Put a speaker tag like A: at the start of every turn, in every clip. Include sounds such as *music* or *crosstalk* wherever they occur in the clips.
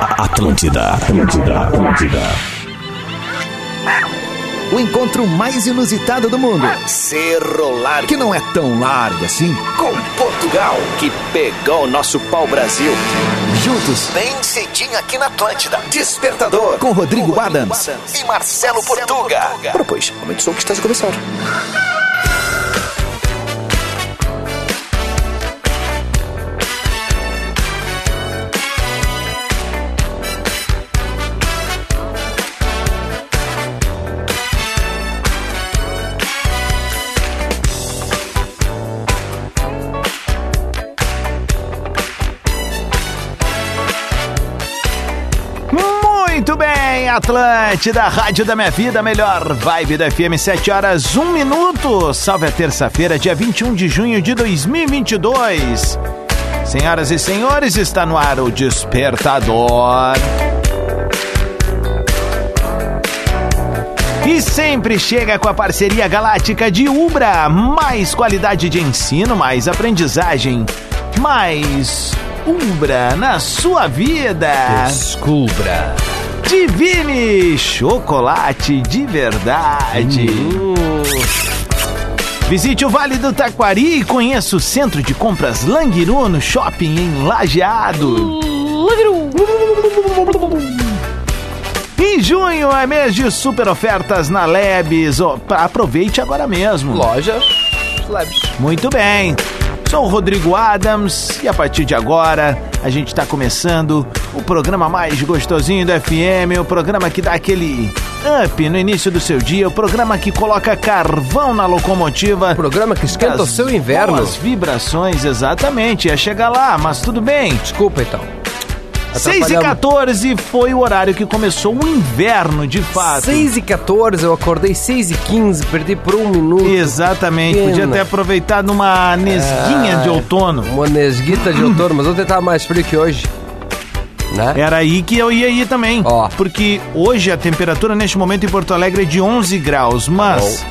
A: Atlântida, Atlântida, Atlântida.
B: O encontro mais inusitado do mundo,
C: Cerro Largo,
B: que não é tão largo assim.
C: com Portugal, que pegou o nosso pau-brasil.
B: Juntos,
C: Bem cedinho aqui na Atlântida. Despertador,
B: com Rodrigo Adams.
C: e Marcelo Portuga. Ora, pois, aumente o som que está a começar.
D: Muito bem, Atlântida, Rádio da Minha Vida, melhor vibe da FM, 7 horas, 1 minuto. Salve a terça-feira, dia 21 de junho de 2022. Senhoras e senhores, está no ar o Despertador. E sempre chega com a parceria galáctica de Ubra. Mais qualidade de ensino, mais aprendizagem, mais Ubra na sua vida.
E: Descubra.
D: Divine Chocolate de Verdade. Visite o Vale do Taquari e conheça o Centro de Compras Langiru no Shopping em Lajeado. Em junho é mês de super ofertas na Lebes. Opa, Aproveite agora mesmo.
E: Loja Labs.
D: Muito bem. Sou o Rodrigo Adams e a partir de agora a gente está começando o programa mais gostosinho do FM, o programa que dá aquele up no início do seu dia, o programa que coloca carvão na locomotiva.
E: Programa que esquenta o
D: As
E: seu inverno.
D: boas vibrações, exatamente. Ia chegar lá, mas tudo bem.
E: Desculpa então.
D: 6 e 14 foi o horário que começou o inverno, de fato.
E: 6 e 14, eu acordei 6 e 15, perdi por um minuto.
D: Exatamente. Podia
E: Pena.
D: ter aproveitado uma nesguinha
E: Ah,
D: de outono.
E: Uma nesguita de outono, mas ontem tava mais frio que hoje. Né?
D: Era aí que eu ia ir também.
E: Ó.
D: Porque hoje a temperatura neste momento em Porto Alegre é de 11
E: Tá
D: graus, mas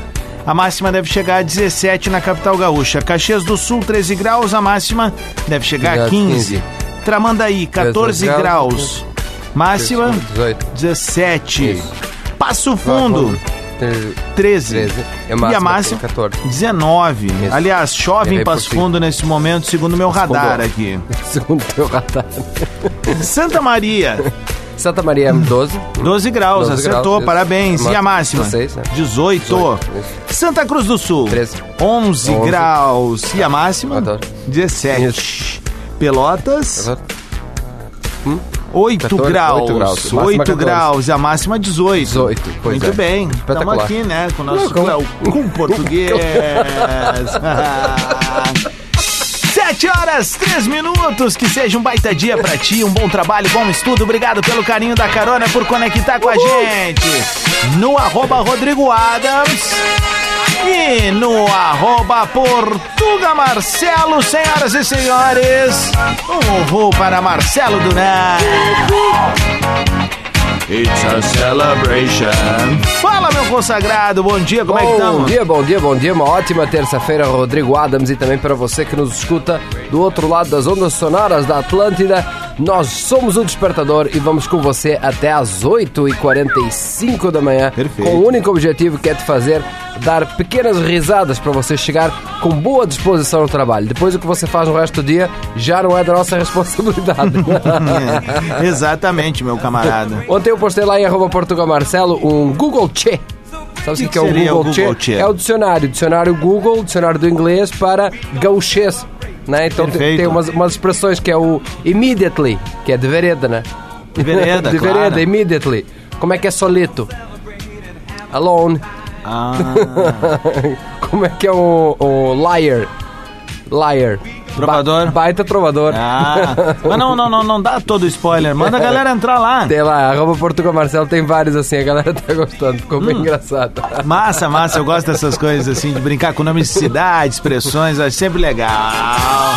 D: a máxima deve chegar a 17 na capital gaúcha. Caxias do Sul, 13 graus, a máxima deve chegar a
E: Chegar a
D: 15.
E: 15.
D: Tramandaí, 14
E: 13 graus,
D: graus. Máxima
E: 18.
D: 17.
E: Isso.
D: Passo Fundo, 13.
E: 13. E a
D: E
E: É máxima
D: a máxima,
E: 14.
D: 19.
E: Isso.
D: Aliás, chove em
E: Errei por
D: Passo
E: si.
D: Fundo nesse momento, segundo meu radar
E: Fundo. *laughs*
D: aqui.
E: Segundo teu radar.
D: Santa Maria,
E: Santa Maria 12.
D: 12 graus,
E: 12
D: acertou,
E: graus, isso.
D: parabéns. E a máxima?
E: 16, né?
D: 18.
E: 18,
D: Santa Cruz do Sul,
E: 13.
D: 11,
E: 11.
D: graus. E a máxima?
E: Adoro.
D: 17. Pelotas,
E: Adoro.
D: 8
E: 14,
D: graus. 8
E: 8 graus.
D: graus.
E: Máxima 14.
D: E a máxima 18.
E: 18, pois
D: Muito
E: é.
D: bem. Estamos
E: Espetacular.
D: aqui, né? Com o nosso
E: Não, como- *laughs*
D: Cleocum português. 7 horas, 3 minutos. Que seja um baita dia pra ti, um bom trabalho, bom estudo. Obrigado pelo carinho da carona, por conectar com a gente. No arroba Rodrigo Adams. E no arroba Portuga Marcelo, senhoras e senhores, um uhul para Marcelo Duran. It's a celebration. Fala, meu consagrado, bom dia, como é que
E: Bom
D: estamos?
E: dia, bom dia, bom dia. Uma ótima terça-feira, Rodrigo Adams, e também para você que nos escuta do outro lado das ondas sonoras da Atlântida. Nós somos o Despertador e vamos com você até às 8h45 da manhã.
D: Perfeito.
E: Com o único objetivo que é te fazer dar pequenas risadas para você chegar com boa disposição no trabalho. Depois o que você faz no resto do dia já não é da nossa
D: *laughs*
E: *laughs* responsabilidade.
D: *laughs* Exatamente, meu camarada.
E: Ontem eu postei é lá em arroba Portugal Marcelo um Google Che. Sabe o que,
D: Que
E: que é o
D: seria
E: Google,
D: o Google
E: che?
D: Che?
E: É o dicionário. Dicionário Google, dicionário do inglês para gauchês. Né? Então tem-
D: Perfeito.
E: tem umas, umas expressões que é o immediately, que é de vereda, né?
D: De vereda,
E: *laughs* de vereda,
D: claro.
E: immediately. Como é que é solito? Alone.
D: Ah,
E: *laughs* Como é que é o, o liar? Liar.
D: Trovador.
E: Ba- baita trovador.
D: ah. Mas não, não, não, não dá todo spoiler. Manda a galera entrar lá.
E: Tem lá, arroba Portugal Marcelo, tem vários assim, a galera tá gostando, ficou bem engraçado.
D: Massa, massa, eu gosto dessas coisas assim, de brincar com nomes de cidade, expressões, acho sempre legal.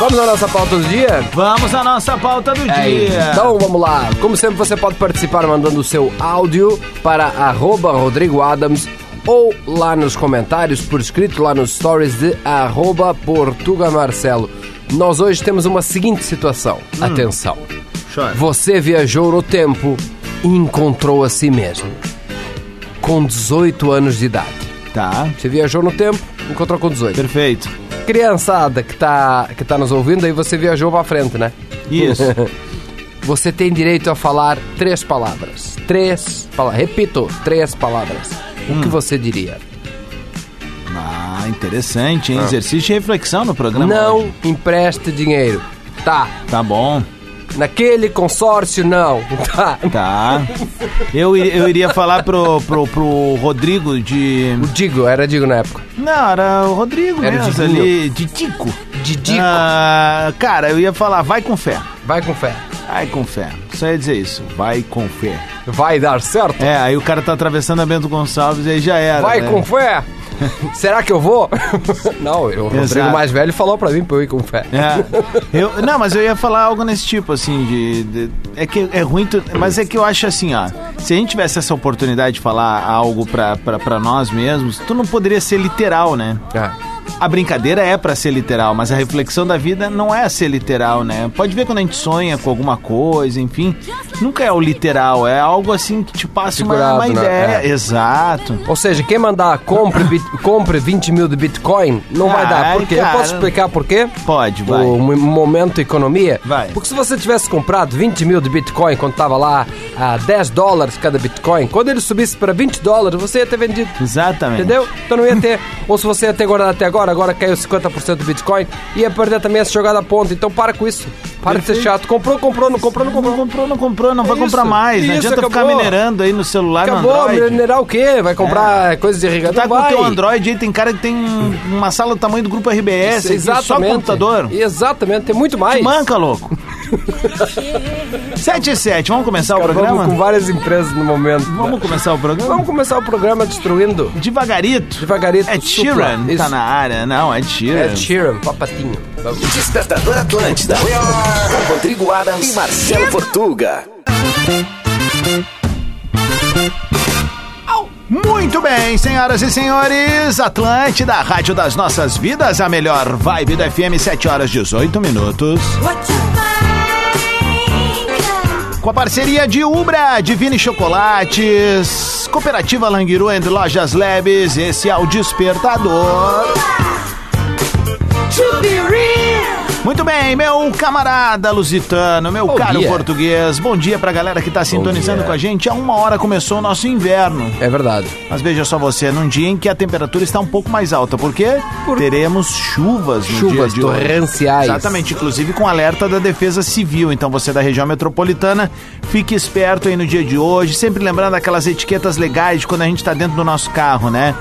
E: Vamos à nossa pauta do dia?
D: Vamos à nossa pauta do dia.
E: Então vamos lá. Como sempre, você pode participar mandando o seu áudio para arroba Rodrigo Adams ou lá nos comentários, por escrito lá nos stories de arroba Portuga Marcelo. Nós hoje temos uma seguinte situação. Atenção.
D: Chora.
E: Você viajou no tempo e encontrou a si mesmo. Com 18 anos de idade.
D: Tá.
E: Você viajou no tempo, encontrou com 18.
D: Perfeito.
E: Criançada que está que tá nos ouvindo, aí você viajou pra frente, né? *laughs*
D: Isso.
E: Você tem direito a falar três palavras. Três palavras. Repito, três palavras. O que
D: Hum.
E: você diria?
D: Ah, interessante, hein? Exercício de reflexão no programa.
E: Não
D: hoje.
E: empreste dinheiro. Tá.
D: Tá bom.
E: Naquele consórcio, não. *laughs* Tá.
D: Tá. Eu, ir- eu iria falar pro, pro, pro Rodrigo de.
E: O Digo, era Digo na época.
D: Não, era o Rodrigo
E: Era o
D: mesmo
E: Diguinho.
D: ali. De Tico.
E: Didico.
D: Ah, cara, eu ia falar, vai com fé.
E: Vai com fé.
D: Vai com fé. Só ia dizer isso. Vai com fé.
E: Vai dar certo?
D: É, aí o cara tá atravessando a Bento Gonçalves e aí já era.
E: Vai
D: né?
E: com
D: *laughs*
E: fé. Será que eu vou? *laughs* não, eu- o Rodrigo
D: Exato.
E: mais velho falou pra mim pra eu ir com fé.
D: É. Eu, não, mas eu ia falar algo nesse tipo, assim, de. de- é que é ruim. tu- mas é que eu acho assim, ó. Se a gente tivesse essa oportunidade de falar algo pra, pra, pra nós mesmos, tu não poderia ser literal, né?
E: Ah,
D: A brincadeira é pra ser literal, mas a reflexão da vida não é ser literal, né? Pode ver quando a gente sonha com alguma coisa, enfim. Nunca é o literal, é algo assim que te passa uma,
E: Figurado,
D: uma
E: né?
D: ideia.
E: É.
D: Exato.
E: Ou seja, quem mandar compre, bit- compre 20 mil de Bitcoin não vai dar.
D: Ai,
E: Por quê?
D: cara.
E: Eu posso explicar por quê?
D: Pode, vai.
E: O mo- momento economia.
D: Vai.
E: Porque se você tivesse comprado 20 mil de Bitcoin quando tava lá a 10 dólares cada Bitcoin, quando ele subisse para 20 dólares, você ia ter vendido.
D: Exatamente.
E: Entendeu? Então não ia ter. Ou se você ia ter guardado até agora, agora caiu 50% do Bitcoin, ia perder também essa jogada a ponta. Então para com isso. Para de ser chato. Comprou, comprou, não comprou, não
D: Não
E: comprou.
D: comprou, não comprou, não vai
E: Isso,
D: comprar mais. Não
E: isso,
D: adianta ficar
E: acabou.
D: minerando aí no celular, no
E: Acabou,
D: Android.
E: minerar o quê? Vai comprar coisas de irrigação?
D: Tá com o
E: Vai.
D: teu Android aí, tem cara que tem um, uma sala do tamanho do grupo RBS, aqui, só computador.
E: Exatamente, tem muito mais.
D: Manca, louco. 7 e 7, vamos começar o
E: Acabamos
D: programa?
E: com várias empresas no momento.
D: Vamos começar o programa?
E: Vamos começar o programa destruindo.
D: Devagarito.
E: Devagarito,
D: É
E: supla.
D: Sheeran,
E: Isso.
D: tá na área. Não, é Sheeran.
E: É Sheeran, papatinho. Vamos.
B: Despertador Atlântida. Com Rodrigo Adams e Marcelo Portuga.
D: Muito bem, senhoras e senhores, Atlântida, a rádio das nossas vidas, a melhor vibe do FM, 7 horas 18 minutos. Com a parceria de Ubra, Divine Chocolates, Cooperativa Languiru e Lojas Labs, esse é o Despertador. Muito bem, meu camarada lusitano, meu
E: Bom
D: caro
E: dia.
D: português, bom dia pra galera que tá sintonizando
E: dia.
D: com a gente. Há uma hora começou o nosso inverno.
E: É verdade.
D: Mas veja só você, num dia em que a temperatura está um pouco mais alta, porque
E: Por-
D: teremos chuvas no
E: Chuvas
D: dia de hoje.
E: torrenciais.
D: Exatamente, inclusive com alerta da Defesa Civil. Então você da região metropolitana, fique esperto aí no dia de hoje, sempre lembrando aquelas etiquetas legais de quando a gente está dentro do nosso carro, né?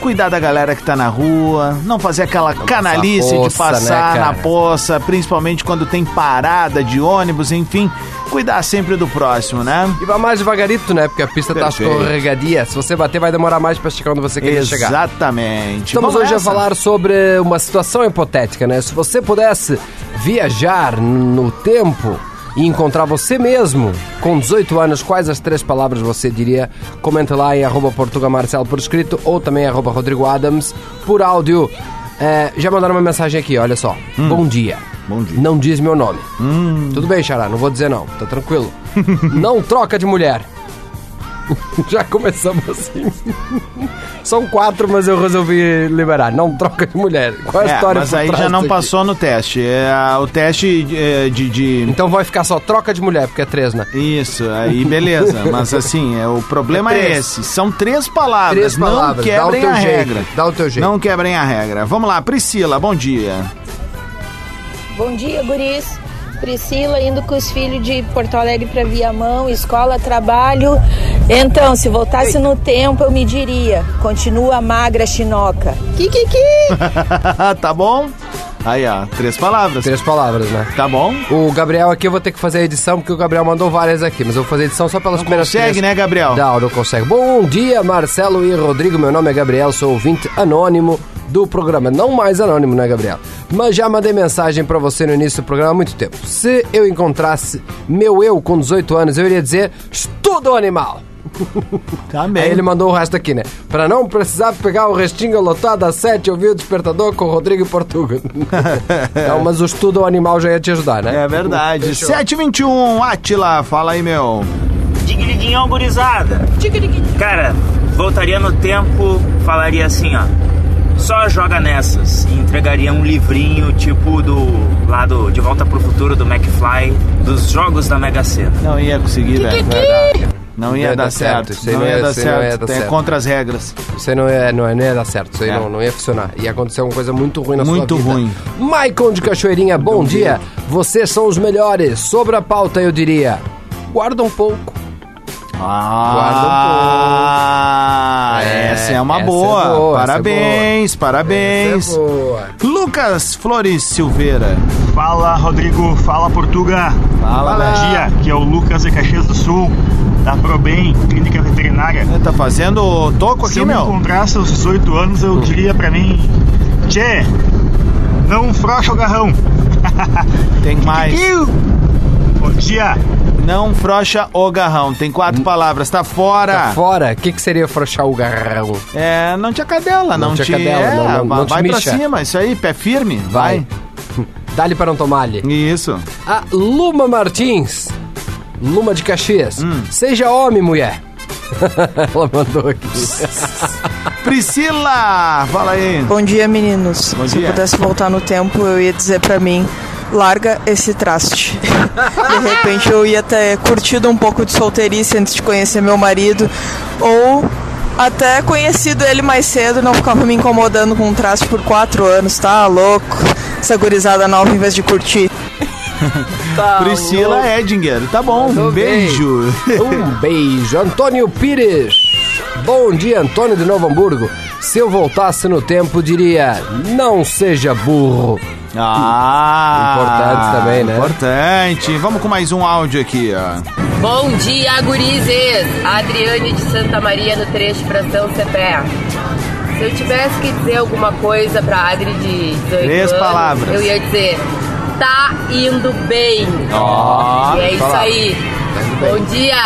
D: Cuidar da galera que tá na rua, não fazer aquela canalice de
E: poça,
D: passar
E: né,
D: na
E: cara?
D: poça, principalmente quando tem parada de ônibus, enfim, cuidar sempre do próximo, né?
E: E vai mais devagarito, né? Porque a pista tá
D: Perfeito.
E: escorregadia. Se você bater, vai demorar mais pra chegar onde você queria chegar.
D: Exatamente.
E: Estamos
D: Vamos
E: hoje
D: nessa?
E: a falar sobre uma situação hipotética, né? Se você pudesse viajar no tempo e encontrar você mesmo com 18 anos, quais as três palavras você diria? Comenta lá em arroba Portuga Marcelo por escrito ou também arroba Rodrigo Adams por áudio. É, já mandaram uma mensagem aqui, olha só. Bom dia.
D: Hum. Bom dia. Hum.
E: Não diz meu nome. Tudo bem, Xará, não vou dizer não, tá tranquilo. *laughs* não troca de mulher. *laughs* Já começamos assim. São quatro, mas eu resolvi liberar. Não troca de mulher. Qual é a
D: É,
E: história
D: mas
E: por
D: aí
E: trás
D: já não
E: disso aqui?
D: passou no teste. É, a- o teste é, de, de-
E: Então vai ficar só troca de mulher, porque é três, né?
D: Isso, aí
E: *laughs*
D: beleza. Mas assim, é, o problema
E: É
D: é,
E: três.
D: esse. São três palavras.
E: Três
D: Não
E: palavras, dá o
D: quebrem
E: teu
D: a
E: jeito,
D: regra.
E: dá o teu jeito.
D: Não quebrem a regra. Vamos lá, Priscila, bom dia. *laughs*
F: Bom dia, guris. Priscila indo com os filhos de Porto Alegre para Viamão, escola, trabalho. Então, se voltasse no tempo, eu me diria: continua magra, chinoca. Kikiki!
D: tá bom? Aí, ó, três palavras.
E: Três palavras, né?
D: Tá bom?
E: O Gabriel aqui eu vou ter que fazer a edição, porque o Gabriel mandou várias aqui, mas eu vou fazer a edição só pelas primeiras
D: Consegue,
E: três.
D: né, Gabriel?
E: Não, não consegue. Bom dia, Marcelo e Rodrigo. Meu nome é Gabriel, sou ouvinte anônimo do programa. Não mais anônimo, né, Gabriel? Mas já mandei mensagem pra você no início do programa há muito tempo. Se eu encontrasse meu eu com 18 anos, eu iria dizer: estudo animal.
D: Também.
E: Aí ele mandou o resto aqui, né? Pra não precisar pegar o restinho lotado às sete, ouvi o despertador com o Rodrigo *laughs* Portuga. não, mas o estudo ao animal já ia te ajudar, né?
D: É verdade. 721, Atila, um, fala aí, meu.
G: Dignidinhão gurizada. Cara, voltaria no tempo, falaria assim, ó. Só joga nessas. E entregaria um livrinho tipo do lado De Volta pro Futuro do McFly, dos jogos da Mega Sena.
D: Não ia conseguir, velho. Não ia, dar, certo.
E: isso aí
D: Não
E: não
D: ia
E: ia-
D: dar
E: isso aí não ia
D: certo.
E: dar
D: É
E: certo.
D: contra as regras.
E: Isso aí não ia, não, ia- não ia dar certo, isso aí
D: É.
E: não, não ia funcionar. Ia acontecer uma coisa muito ruim na
D: Muito
E: sua vida.
D: ruim.
E: Maicon de Cachoeirinha, bom, dia. Vocês são os melhores. Sobre a pauta, eu diria, guarda um pouco.
D: Ah,
E: Guarda um pouco. É,
D: essa é uma
E: essa é
D: boa.
E: boa, essa é
D: Parabéns, parabéns.
E: Essa é boa.
D: Lucas Flores Silveira.
H: Fala Rodrigo, fala Portuga.
D: Fala,
H: Bom dia, aqui é o Lucas de Caxias do Sul, da Probem, Clínica Veterinária.
D: Tá fazendo toco
H: Se
D: aqui,
H: eu me
D: meu?
H: encontrasse aos 18 anos, eu diria pra mim: Tchê, não frouxa o garrão.
D: Tem mais.
H: Bom dia.
D: Não frocha o garrão. Tem quatro palavras. Tá fora.
E: Tá fora, o que, que seria frouxar o garrão?
D: É, não te acadela, não,
E: Não te
D: te.
E: acadela,
D: é,
E: não- não-
D: vai
E: não te
D: vai pra
E: mixa.
D: cima, isso aí, pé firme. Vai.
E: Vai. *laughs* Dá-lhe para não tomar-lhe.
D: Isso.
E: A Luma Martins, Luma de Caxias,
D: Hum.
E: seja homem, mulher. *laughs* Ela mandou aqui.
D: Priscila, fala aí.
I: Bom dia, meninos.
D: Bom
I: Se
D: dia.
I: eu pudesse voltar no tempo, eu ia dizer pra mim: larga esse traste. de repente, eu ia ter curtido um pouco de solteirice antes de conhecer meu marido, ou até conhecido ele mais cedo, e não ficava me incomodando com um traste por quatro anos, tá louco? Essa gurizada nova em vez de curtir.
D: Priscila Edinger. Tá bom, um
E: Mandou bem.
D: beijo.
E: *laughs* Um beijo, Antônio Pires. Bom dia, Antônio de Novo Hamburgo. Se eu voltasse no tempo, diria: não seja burro.
D: Ah,
E: Importante também, né?
D: Importante. Vamos com mais um áudio aqui, ó.
J: Bom dia, gurizes! Adriane de Santa Maria, no trecho para São Cepé. Se eu tivesse que dizer alguma coisa pra Adri de 18
D: Três
J: anos,
D: palavras.
J: eu ia dizer, tá indo bem.
D: Ó,
J: e é isso
E: palavra.
J: aí.
D: Tá
J: Bom dia!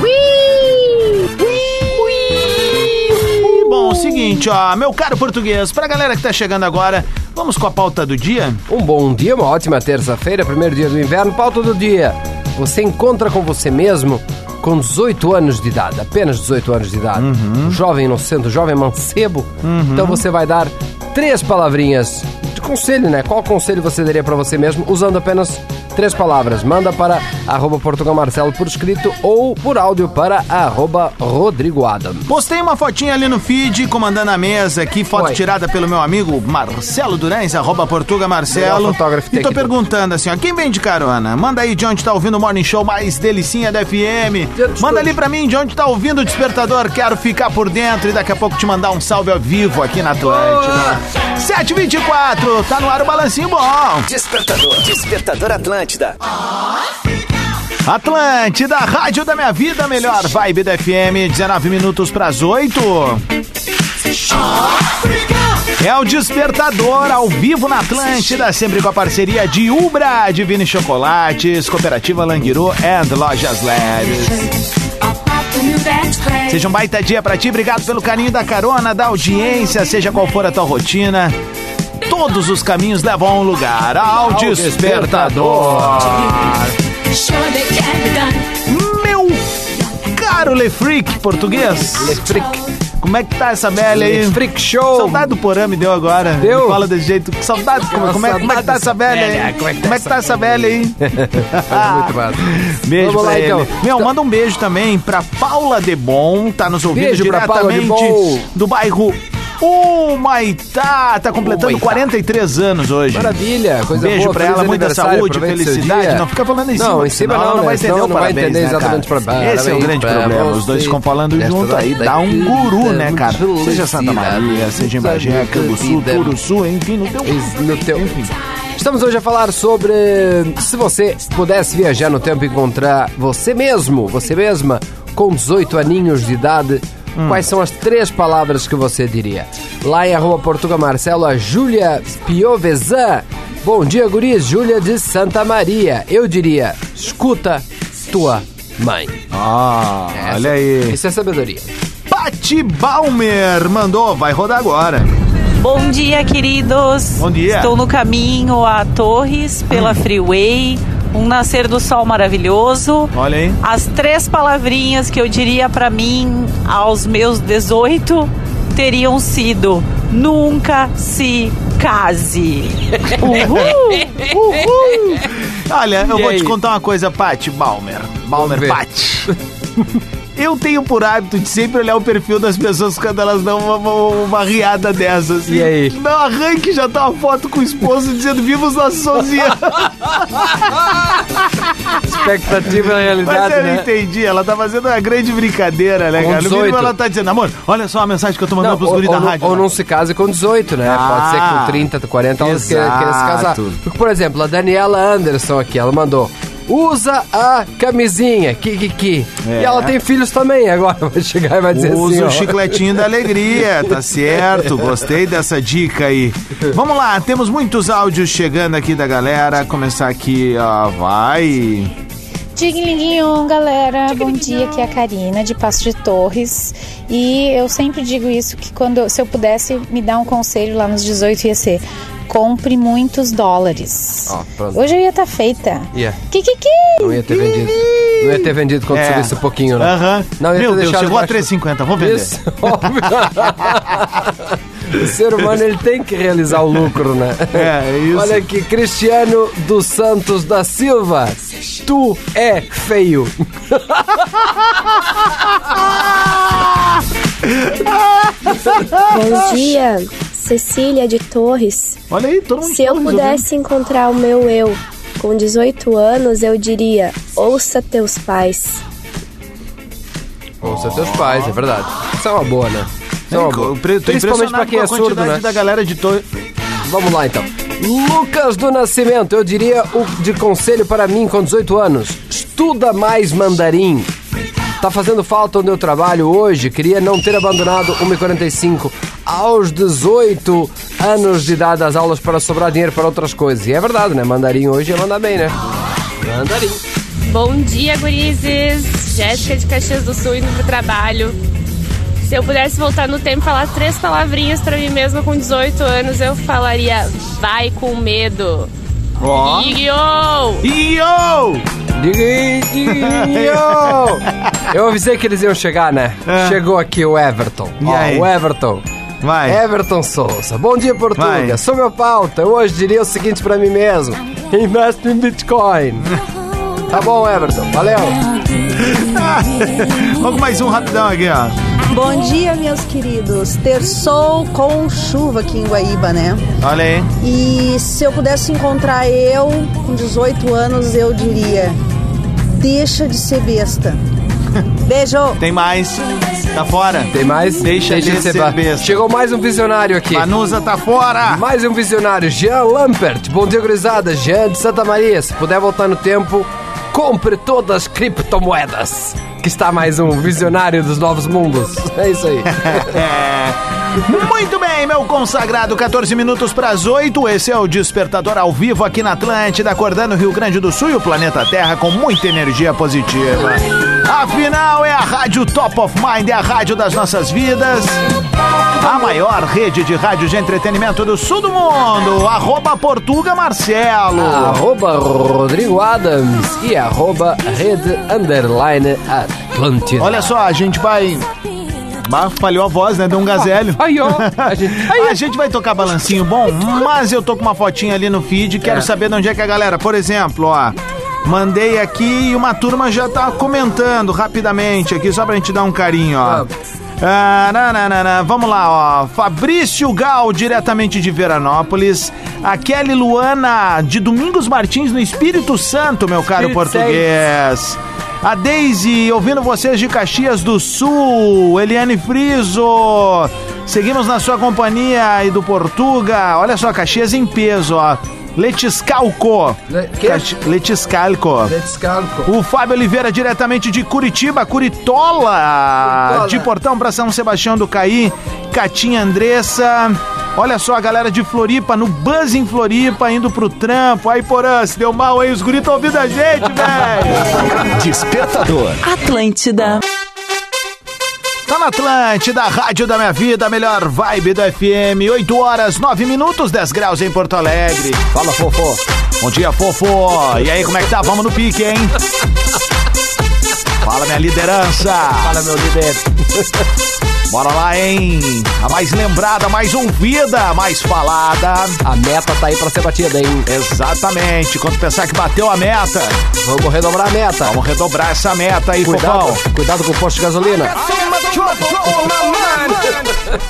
J: Ui!
D: E Bom, é o seguinte, ó, meu caro português, pra galera que tá chegando agora, vamos com a pauta do dia?
E: Um bom dia, uma ótima terça-feira, primeiro dia do inverno, pauta do dia. Você encontra com você mesmo com 18 anos de idade, apenas 18 anos de idade.
D: Uhum.
E: Um jovem inocente, um jovem mancebo. Então você vai dar três palavrinhas de conselho, né? Qual conselho você daria para você mesmo usando apenas três palavras? Manda para arroba Portugal Marcelo por escrito ou por áudio para arroba Rodrigo Adam.
D: Postei uma fotinha ali no feed, comandando a mesa aqui, foto
E: Foi.
D: tirada pelo meu amigo Marcelo Durães, arroba Portuga
E: Melhor
D: Marcelo.
E: fotógrafo
D: E tô
E: técnico.
D: perguntando assim, ó, quem vem de carona? Manda aí de onde tá ouvindo o Morning Show mais delicinha da FM.
E: Dentro
D: Manda
E: do
D: ali pra mim de onde tá ouvindo o Despertador, quero ficar por dentro e daqui a pouco te mandar um salve ao vivo aqui na Atlântida. 724, tá no ar o Balancinho Bom.
B: Despertador. Despertador Atlântida.
D: Atlântida, rádio da minha vida, a melhor vibe da FM, 19 minutos pras 8. É o Despertador ao vivo na Atlântida, sempre com a parceria de Ubra, Divine Chocolates, Cooperativa Languiru and Lojas Leves. Seja um baita dia pra ti, obrigado pelo carinho da carona, da audiência, seja qual for a tua rotina. Todos os caminhos levam a um lugar, ao Despertador. Meu caro Le Freak português.
E: Le Freak,
D: Como é que tá essa bela aí?
E: Le Freak Show.
D: Saudade do Porã me deu agora.
E: Deu?
D: Me fala desse jeito. Que Saudade. Como, como é, como é que tá essa velha aí? Como é que tá essa velha aí?
E: Muito massa.
D: Beijo
E: Vamos
D: pra
E: lá,
D: ele.
E: então.
D: Meu, manda um beijo também pra Paula Debon, tá nos ouvindo
E: Beijo pra Paula
D: diretamente
E: Debon.
D: do bairro Humaitá. Tá completando
E: Humaitá.
D: 43 anos hoje. Um
E: Maravilha, coisa
D: Beijo
E: boa.
D: pra
E: feliz
D: ela, muita
E: aniversário,
D: saúde,
E: aproveite seu
D: felicidade.
E: dia.
D: Não fica falando em cima,
E: Não, em
D: porque
E: cima
D: senão
E: não,
D: ela não
E: né?
D: vai entender
E: Senão
D: o
E: não vai
D: parabéns,
E: entender
D: né, cara?
E: exatamente o parabéns.
D: Esse é o grande
E: Parabéns
D: problema,
E: pra
D: os dois
E: você.
D: ficam falando
E: Nesta
D: junto aí,
E: data
D: dá um guru, né, cara?
E: muito
D: Seja Santa
E: felicidade,
D: Maria, seja em Bagé,
E: muita
D: Canguçu,
E: vida.
D: Turuçu, enfim, no teu...
E: Is- no teu- Estamos hoje a falar sobre se você pudesse viajar no tempo e encontrar você mesmo, você mesma, com 18 aninhos de idade, quais são as três palavras que você diria? Lá em arroba Portuga Marcelo, a Júlia Piovesan. Bom dia, guris. Júlia de Santa Maria. Eu diria, escuta tua mãe.
D: Ah,
E: Essa-
D: olha aí.
E: Isso é sabedoria.
D: Pati Balmer mandou, vai rodar agora.
K: Bom dia, queridos.
D: Bom dia. Hum.
K: Estou no caminho a Torres pela Freeway. Um nascer do sol maravilhoso.
D: Olha aí.
K: As três palavrinhas que eu diria pra mim aos meus 18 teriam sido: nunca se case. Uhul! Uhul!
D: *laughs* Olha, eu
E: E
D: vou
E: aí?
D: te contar uma coisa, Pati Balmer. Balmer
E: ver.
D: Pati. *laughs* Eu tenho por hábito de sempre olhar o perfil das pessoas quando elas dão uma, uma, uma riada dessas.
E: E aí?
D: No arranque já tá uma foto com o esposo dizendo viva os nossos 11
E: *laughs*
D: anos.
E: Expectativa e
D: Mas
E: realidade,
D: eu
E: né?
D: entendi, ela tá fazendo uma grande brincadeira, né,
E: Com
D: cara? No
E: 18.
D: mínimo ela tá dizendo, amor, olha só a mensagem que eu tô mandando
E: Não,
D: pros
E: ou,
D: guris da
E: ou não-
D: rádio. né?
E: ou não se case com 18, né?
D: Ah,
E: Pode ser com 30, 40 anos que queira se casar.
D: exato.
E: Porque, por exemplo, a Daniela Anderson aqui, ela mandou. Usa a camisinha, que, que, que.
D: É.
E: E ela tem filhos também, agora *laughs* vai chegar e vai dizer assim,
D: Usa
E: ó.
D: o chicletinho da alegria, tá certo? Gostei dessa dica aí. Vamos lá, temos muitos áudios chegando aqui da galera. Começar aqui, ó, vai.
L: Diglinguinho, galera, bom dia, aqui é a Karina, de Passo de Torres. E eu sempre digo isso, que quando, se eu pudesse me dar um conselho lá nos 18 ia ser, compre muitos dólares.
E: Ó, pronto.
L: Hoje eu ia estar feita.
E: Ia.
L: Que, que, que?
E: Não ia ter vendido. Não ia ter vendido quando
D: É.
E: subisse um pouquinho, né?
D: Aham.
E: Não, ia ter
D: Meu Deus,
E: deixado
D: chegou a
E: debaixo-
D: 3,50, vou vender.
E: Isso, *laughs* óbvio. o ser humano ele tem que realizar o lucro, né?
D: É, é isso.
E: Olha aqui, Cristiano dos Santos da Silva, tu é feio.
M: Bom dia, Cecília de Torres.
D: Olha aí, todo mundo
M: Se eu
D: tá resolvendo.
M: pudesse encontrar o meu eu com 18 anos, eu diria: ouça teus pais.
E: Ouça teus pais, é verdade. Isso é uma boa, né? Isso é uma
D: Tô
E: boa.
D: impressionado
E: Principalmente pra quem
D: com
E: é
D: a
E: surdo,
D: quantidade
E: né?
D: da galera de to...
E: Vamos lá então. Lucas do Nascimento, eu diria o de conselho para mim com 18 anos: estuda mais mandarim. Tá fazendo falta onde eu trabalho hoje, queria não ter abandonado 1,45 aos 18 anos de idade das aulas para sobrar dinheiro para outras coisas. E é verdade, né? Mandarim hoje ia mandar bem, né? Mandarim.
N: Bom dia, gurizes! Jéssica de Caxias do Sul indo pro trabalho. Se eu pudesse voltar no tempo e falar três palavrinhas pra mim mesma com 18 anos, eu falaria vai com medo.
D: Ó.
N: Yu-Gi-Oh!
D: Yo! *laughs*
E: Diguinho! Eu avisei que eles iam chegar, né?
D: É.
E: Chegou aqui o Everton.
D: E
E: Ó,
D: aí?
E: O Everton.
D: Vai.
E: Everton Souza. Bom dia, Portuga.
D: Vai.
E: Sou meu pauta. Eu hoje diria o seguinte pra mim mesmo: investe em Bitcoin. tá bom, Everton. Valeu.
D: Vamos com mais um rapidão aqui, ó.
O: Bom dia, meus queridos. Ter sol com chuva aqui em Guaíba, né?
D: Olha aí.
O: E se eu pudesse encontrar eu com 18 anos, eu diria: deixa de ser besta. Beijo!
D: Tem mais. Tá fora?
E: Tem mais?
D: Deixa, de ser,
E: ba-
D: besta.
E: Chegou mais um visionário aqui.
D: Manusa tá fora!
E: Mais um visionário, Jean Lampert. Bom dia, gurizada. Jean de Santa Maria. Se puder voltar no tempo, compre todas as criptomoedas. Que está mais um visionário dos novos mundos. *laughs* É isso
D: *laughs*
E: aí.
D: Muito bem, meu consagrado, 14 minutos para as 8. Esse é o Despertador ao vivo aqui na Atlântida, acordando o Rio Grande do Sul e o planeta Terra com muita energia positiva. Afinal, é a rádio Top of Mind, é a rádio das nossas vidas. A maior rede de rádio de entretenimento do sul do mundo. Arroba Portuga Marcelo.
E: arroba Rodrigo Adams e arroba Rede Underline Atlântida.
D: Olha só, a gente vai. Bah, falhou a voz, né? Deu um gazelho.
E: Aí, ó. A gente...
D: A gente vai tocar balancinho bom, mas eu tô com uma fotinha ali no feed, quero saber de onde é que a galera, por exemplo, ó, mandei aqui e uma turma já tá comentando rapidamente aqui, só pra gente dar um carinho,
E: Tá,
D: ó. Ah, na, na, na, na. Vamos lá, ó. Fabrício Gal, diretamente de Veranópolis. A Kelly Luana, de Domingos Martins, no Espírito Santo, meu caro
E: Espírito
D: português. A Daisy, ouvindo vocês de Caxias do Sul. Eliane Friso. Seguimos na sua companhia e do Portuga. Olha só, Caxias em peso, ó. Letiscalco.
E: Le- quê?
D: Caxi- Letiscalco.
E: Descalco.
D: O Fábio Oliveira, diretamente de Curitiba, Curitola,
E: Curitola.
D: de Portão para São Sebastião do Caí, Catinha Andressa. Olha só a galera de Floripa, no Buzz em Floripa, indo pro trampo. Aí, Porã, se deu mal aí, os guris estão ouvindo a gente, velho.
B: Despertador.
D: Atlântida. Tá na Atlântida, Rádio da Minha Vida, a melhor vibe do FM. 8 horas, 9 minutos, 10 graus em Porto Alegre. Fala, fofo. Bom dia, fofo. E aí, como é que tá? Vamos no pique, hein? Fala, minha liderança. Fala, meu líder. Bora lá, hein? A mais lembrada, a mais ouvida, a mais falada. A meta tá aí pra ser batida, hein? Exatamente. Quando pensar que bateu a meta, vamos redobrar a meta. Vamos redobrar essa meta aí,
E: Cuidado,
D: Fofão. Cuidado com o posto de gasolina.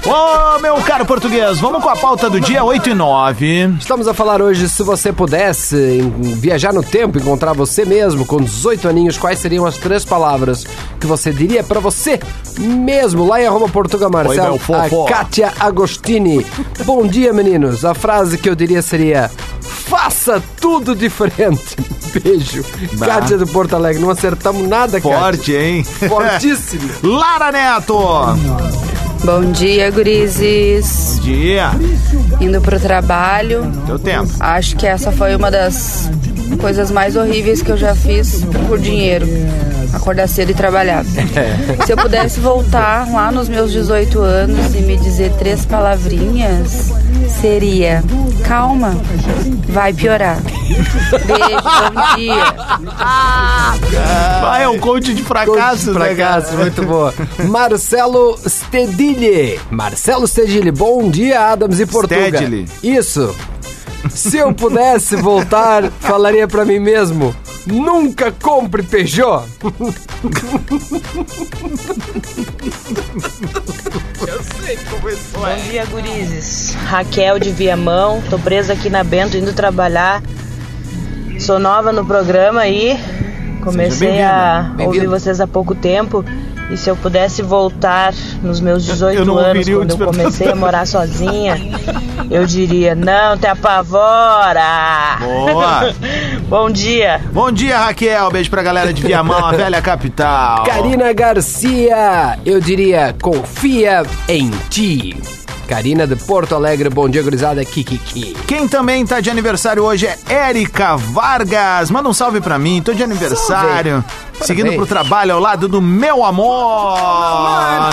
D: Ô, meu caro português, vamos com a pauta do dia 8 e 9.
E: Estamos a falar hoje, se você pudesse em- viajar no tempo, encontrar você mesmo com 18 aninhos, quais seriam as três palavras que você diria pra você mesmo, lá em arroba Portuga Marcel,
D: meu fofo.
E: a Kátia Agostini. Bom dia, meninos. A frase que eu diria seria, faça tudo diferente. *laughs* Beijo.
D: Bah.
E: Kátia do Porto Alegre, não acertamos nada, Kátia.
D: Forte, hein?
E: Fortíssimo.
D: Lara Neto!
P: Bom dia, gurizes.
D: Dia.
P: Indo pro trabalho.
D: Deu tempo.
P: Acho que essa foi uma das coisas mais horríveis que eu já fiz por dinheiro. Acordar cedo e trabalhar. Se eu pudesse voltar lá nos meus 18 anos e me dizer três palavrinhas, seria: calma, vai piorar. Beijo, bom dia.
D: Ah, é um coach de né, fracassos,
E: coach de fracassos, muito boa. Marcelo Stedilli. Marcelo Stedilli, bom dia, Adams e Portugal.
D: Stedilli.
E: Isso. Se eu pudesse voltar, falaria pra mim mesmo. Nunca compre Peugeot.
Q: Eu sei como isso é. Bom dia, gurizes. Raquel de Viamão, tô presa aqui na Bento, indo trabalhar. Sou nova no programa aí. Comecei
D: bem-vinda.
Q: a
D: Bem-vinda.
Q: ouvir vocês há pouco tempo. E se eu pudesse voltar nos meus 18
D: não
Q: anos,
D: ouviria o
Q: quando eu
D: despertador.
Q: comecei a morar sozinha, eu diria, não te apavora!
D: Boa.
Q: *laughs* Bom dia.
D: Bom dia, Raquel. Beijo pra galera de Viamão, a velha capital.
E: Karina Garcia, eu diria, confia em ti. Karina de Porto Alegre, bom dia, gurizada, Kikiki.
D: Quem também tá de aniversário hoje é Érica Vargas. Manda um salve pra mim, tô de aniversário. Seguindo pro trabalho ao lado do meu amor.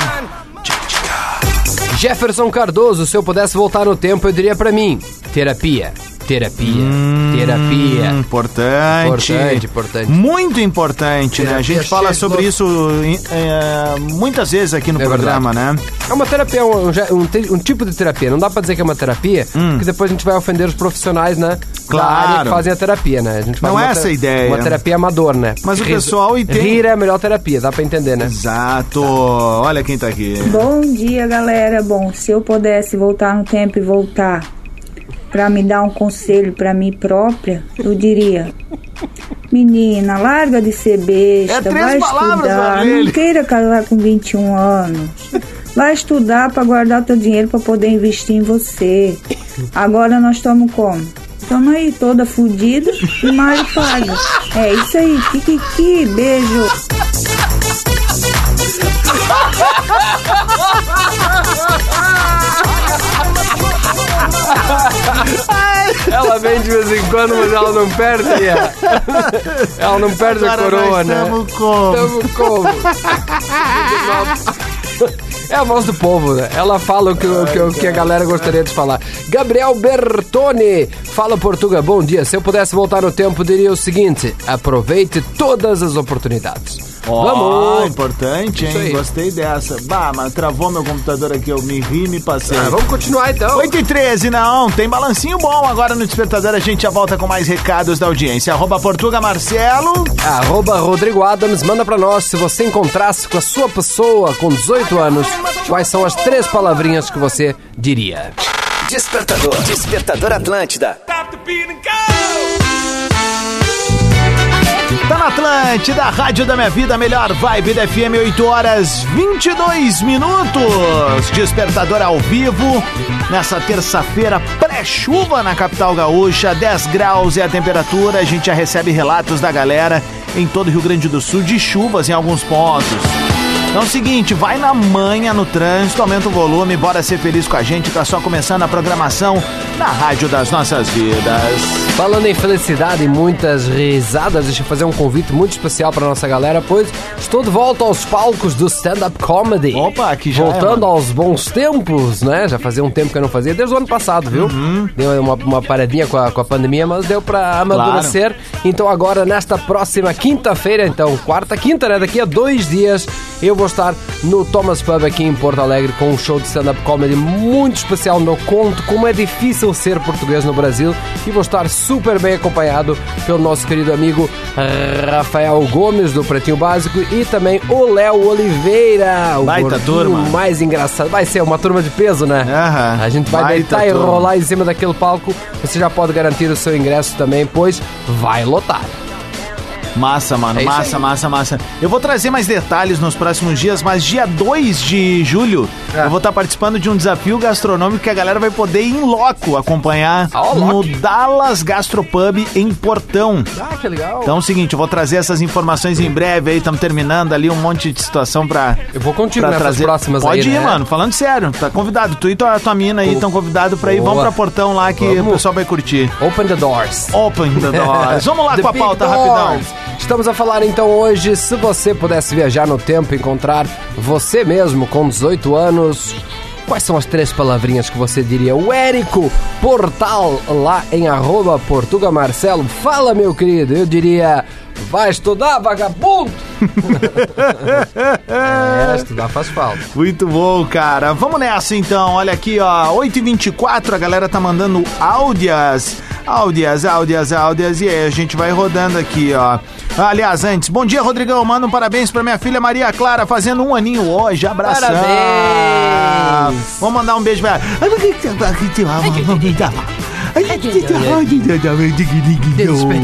E: Jefferson Cardoso, se eu pudesse voltar no tempo, eu diria pra mim: terapia, terapia, terapia.
D: Importante.
E: Importante, importante.
D: Muito importante, né? A
E: Terapia
D: gente fala
E: cheia de
D: sobre
E: louco.
D: isso em- é, muitas vezes aqui no
E: É
D: programa, né?
E: É uma terapia, um, um, te- um tipo de terapia. Não dá pra dizer que é uma terapia, porque depois a gente vai ofender os profissionais, né?
D: Hum. Claro.
E: Da área que fazem a terapia, né? A gente faz
D: Não
E: uma
D: é essa
E: ter-
D: a ideia.
E: Uma terapia amador, né?
D: Mas o
E: Riso-
D: pessoal entende.
E: Rir é a melhor terapia, dá pra entender, né?
D: Exato. Olha quem tá aqui.
R: Bom dia, galera. Bom, se eu pudesse voltar no tempo e voltar pra me dar um conselho pra mim própria, eu diria: Menina, larga de ser besta,
S: É três
R: vai
S: palavras,
R: estudar,
S: Valmir.
R: não queira casar com 21 anos. Vai estudar pra guardar teu dinheiro pra poder investir em você. Agora nós estamos como? Estamos aí toda fudida e Mário paga. É isso aí, kikiki, beijo.
E: Ela vem de vez em quando, mas ela não perde. a- Ela não perde a
D: Agora
E: coroa,
D: nós
E: né?
D: tamo como?
E: Tamo como? É a voz do povo, né? Ela fala o que, o que- o que a galera gostaria de falar. Gabriel Bertone, fala Portuga, bom dia. Se eu pudesse voltar no tempo, diria o seguinte: aproveite todas as oportunidades.
D: Ó,
E: Vamos!
D: importante,
E: Isso
D: hein?
E: aí.
D: Gostei dessa. Bah, mas travou meu computador aqui, eu me ri e me passei.
E: Ah, vamos continuar então.
D: 8 e 13, não. Tem balancinho bom agora no Despertador. A gente já volta com mais recados da audiência. Arroba Portuga Marcelo.
E: Arroba Rodrigo Adams, manda pra nós se você encontrasse com a sua pessoa com 18 anos, quais são as três palavrinhas que você diria.
B: Despertador. Despertador Atlântida.
D: Tá na Atlântida, Rádio da Minha Vida, a melhor vibe da FM, 8 horas 22 minutos. Despertador ao vivo, nessa terça-feira, pré-chuva na capital gaúcha, 10 graus é a temperatura. A gente já recebe relatos da galera em todo o Rio Grande do Sul de chuvas em alguns pontos. Então é o seguinte, vai na manha no trânsito, aumenta o volume, bora ser feliz com a gente, tá só começando a programação na Rádio das Nossas Vidas.
E: Falando em felicidade e muitas risadas, deixa eu fazer um convite muito especial para nossa galera, pois estou de volta aos palcos do stand-up comedy.
D: Opa, que já é,
E: Voltando aos bons tempos, né? Já fazia um tempo que eu não fazia, desde o ano passado, viu? Deu uma, uma paradinha com a, com a pandemia, mas deu para amadurecer. Então agora, nesta próxima quinta-feira, então, quarta, quinta, né? Daqui a dois dias, eu vou estar no Thomas Pub aqui em Porto Alegre com um show de stand-up comedy muito especial no conto como é difícil ser português no Brasil e vou estar super bem acompanhado pelo nosso querido amigo eh, Rafael Gomes do Pretinho Básico e também o Léo Oliveira, o
D: Baita
E: gordinho
D: turma.
E: mais engraçado. Vai ser uma turma de peso, né? A gente vai
D: Baita
E: deitar e
D: turma.
E: rolar em cima daquele palco. Você já pode garantir o seu ingresso também, pois vai lotar.
D: Massa, mano,
E: É isso
D: massa,
E: aí.
D: massa, massa. Eu vou trazer mais detalhes nos próximos dias, mas dia 2 de julho
E: É.
D: eu vou estar participando de um desafio gastronômico que a galera vai poder ir em loco acompanhar
E: Ah,
D: no Dallas Gastropub em Portão.
E: Ah, que legal.
D: Então é o seguinte, eu vou trazer essas informações em breve aí, estamos terminando ali um monte de situação pra.
E: Eu vou contigo nessas
D: trazer.
E: próximas
D: Pode
E: aí,
D: ir,
E: né?
D: mano, falando sério, tá convidado. Tu e tua, tua mina aí estão convidados pra ir, vamos
E: Boa.
D: pra Portão lá que o
E: Vamos.
D: pessoal vai curtir.
E: Open the doors.
D: Open the doors. Vamos lá
E: The
D: com a
E: big
D: pauta
E: doors.
D: rapidão.
E: Estamos a falar então hoje, se você pudesse viajar no tempo e encontrar você mesmo com 18 anos, quais são as três palavrinhas que você diria? O Érico Portal, lá em arroba Portuga Marcelo, fala meu querido, eu diria, vai estudar vagabundo! *laughs* é, estudar faz falta.
D: Muito bom, cara. Vamos nessa então. Olha aqui, ó. 8h24, a galera tá mandando áudias. Áudias, áudias, áudias. E aí, a gente vai rodando aqui, ó. Aliás, antes, bom dia, Rodrigão. Manda um parabéns pra minha filha Maria Clara, fazendo um aninho hoje. Abração.
E: Parabéns.
D: Vamos mandar um beijo pra ela.
E: Despertador,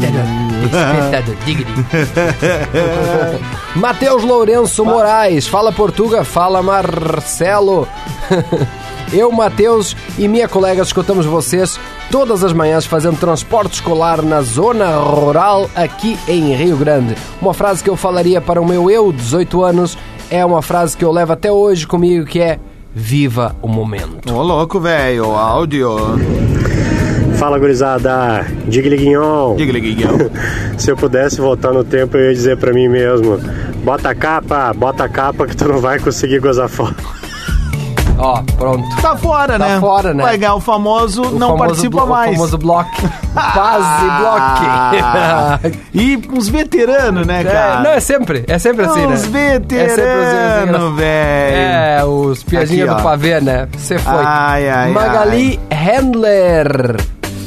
E: Matheus Lourenço Moraes, fala Portuga, fala Marcelo. *laughs* Eu, Matheus e minha colega escutamos vocês todas as manhãs fazendo transporte escolar na zona rural aqui em Rio Grande. Uma frase que eu falaria para o meu eu, 18 anos, é uma frase que eu levo até hoje comigo que é Viva o momento.
D: Ô, louco, velho. Áudio.
S: Fala gurizada, Digle Guignon. Se eu pudesse voltar no tempo, eu ia dizer pra mim mesmo: bota a capa, bota a capa que tu não vai conseguir gozar fora.
E: Ó, pronto.
D: Tá fora, né?
E: Tá fora, né?
D: Vai ganhar o famoso, não
E: famoso
D: participa
E: blo- o
D: mais.
E: famoso bloco. Quase
D: *laughs*
E: bloque.
D: Ah. e uns veteranos, né, cara?
E: É, não, é sempre. É sempre assim, né?
D: Uns
E: É sempre os
D: veteranos,
E: engraçados.
D: velho.
E: É, os piadinha
D: Aqui,
E: do
D: ó.
E: pavê, né? Você foi.
D: Ai, ai,
E: Magali Handler.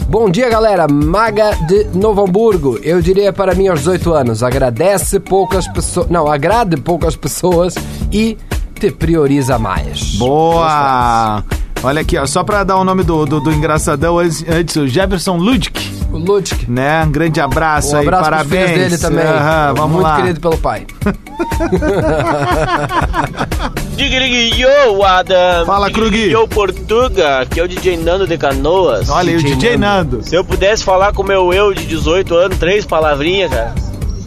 E: Bom dia, galera. Maga de Novo Hamburgo. Eu diria para mim aos 18 anos, agradece poucas pessoas... Não, agrade poucas pessoas e te prioriza mais.
D: Boa! Olha aqui, ó, só pra dar o nome do, do, do engraçadão antes, antes, o Jefferson Ludwig.
E: O Ludwig.
D: Né? Um grande abraço
E: Um
D: aí,
E: abraço pros
D: parabéns.
E: filhos dele também.
D: Aham, vamos
E: Muito
D: lá.
E: querido pelo pai.
T: Digrig yo, Adam.
D: Fala, Krug.
T: Yo, Portuga, que é o DJ Nando de Canoas.
D: Olha aí, o DJ DJ Nando.
T: Se eu pudesse falar com o meu eu de 18 anos, três palavrinhas, cara.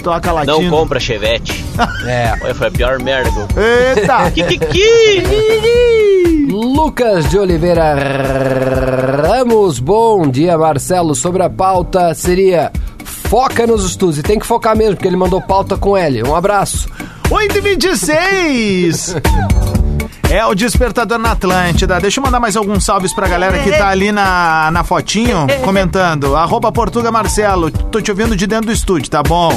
D: Toca latino.
T: Não compra chevette.
E: É.
T: Olha, Foi a pior merda. que eu-
D: *laughs*
E: *laughs*
D: Eita!
E: Lucas de Oliveira Ramos, bom dia Marcelo. Sobre a pauta seria foca nos estudos e tem que focar mesmo, porque ele mandou pauta com L. Um abraço.
D: 8 e 26 É o Despertador na Atlântida. Deixa eu mandar mais alguns salves pra galera que tá ali na, na fotinho comentando. Arroba Portuga Marcelo, tô te ouvindo de dentro do estúdio, tá bom?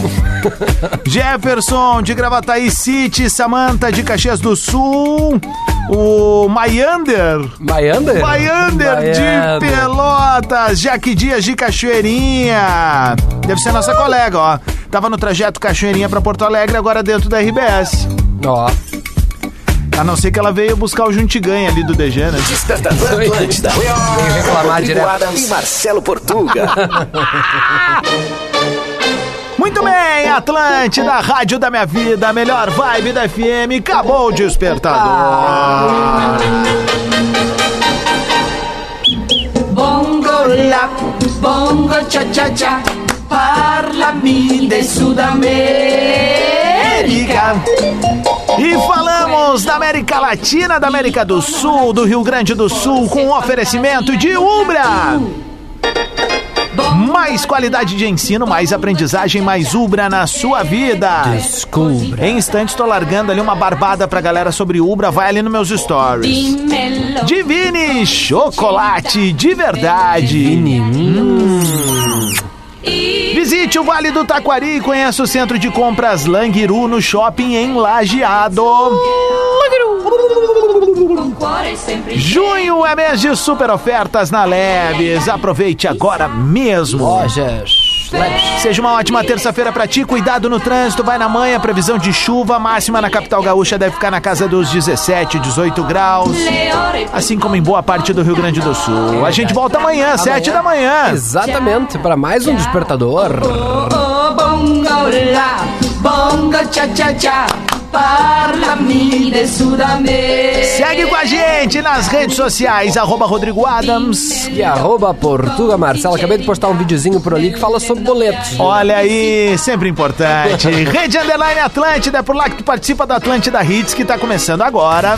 D: Jefferson, de Gravataí City, Samanta, de Caxias do Sul. O Maiander.
E: Maiander?
D: Maiander de
E: É, Maiander.
D: Pelotas, Jaque Dias de Cachoeirinha. Deve ser nossa colega, ó. Tava no trajeto Cachoeirinha pra Porto Alegre, agora dentro da RBS.
E: Ó.
D: A não ser que ela veio buscar o Juntiganha ali do DG, né?
B: Despertador Atlântida.
E: reclamar
B: Rodrigo
E: direto.
B: Adams e Marcelo Portuga. *laughs*
D: Muito bem, Atlântida, rádio da minha vida, a melhor vibe da FM, acabou o despertador.
U: Bongo la, bongo cha cha cha, parlami de Sudamérica.
D: E falamos Sons da América Latina, da América do Sul, do Rio Grande do Sul, com um oferecimento de Umbra. Mais qualidade de ensino, mais aprendizagem, mais Ubra na sua vida.
E: Descubra.
D: Em instantes, tô largando ali uma barbada pra galera sobre Ubra. Vai ali nos meus stories. Divine chocolate de verdade. Hum. Visite o Vale do Taquari e conheça o centro de compras Langiru no shopping em Lajeado. Junho é mês de super ofertas na Leves. Aproveite agora mesmo.
E: Lojas.
D: Seja uma ótima terça-feira pra ti. Cuidado no trânsito, vai na manhã. Previsão de chuva máxima na capital gaúcha deve ficar na casa dos 17, 18 graus. Assim como em boa parte do Rio Grande do Sul. A gente volta amanhã, 7 da manhã.
E: Exatamente, para mais um despertador.
U: Oh, bongo la, bongo cha cha cha, parlami de Sudamérica.
D: Segue com a gente nas redes sociais, arroba Rodrigo Adams.
E: E arroba Portuga Marcelo. Acabei de postar um videozinho por ali que fala sobre boletos.
D: Olha aí, sempre importante. Rede Underline Atlântida, é por lá que tu participa da Atlântida Hits, que tá começando agora.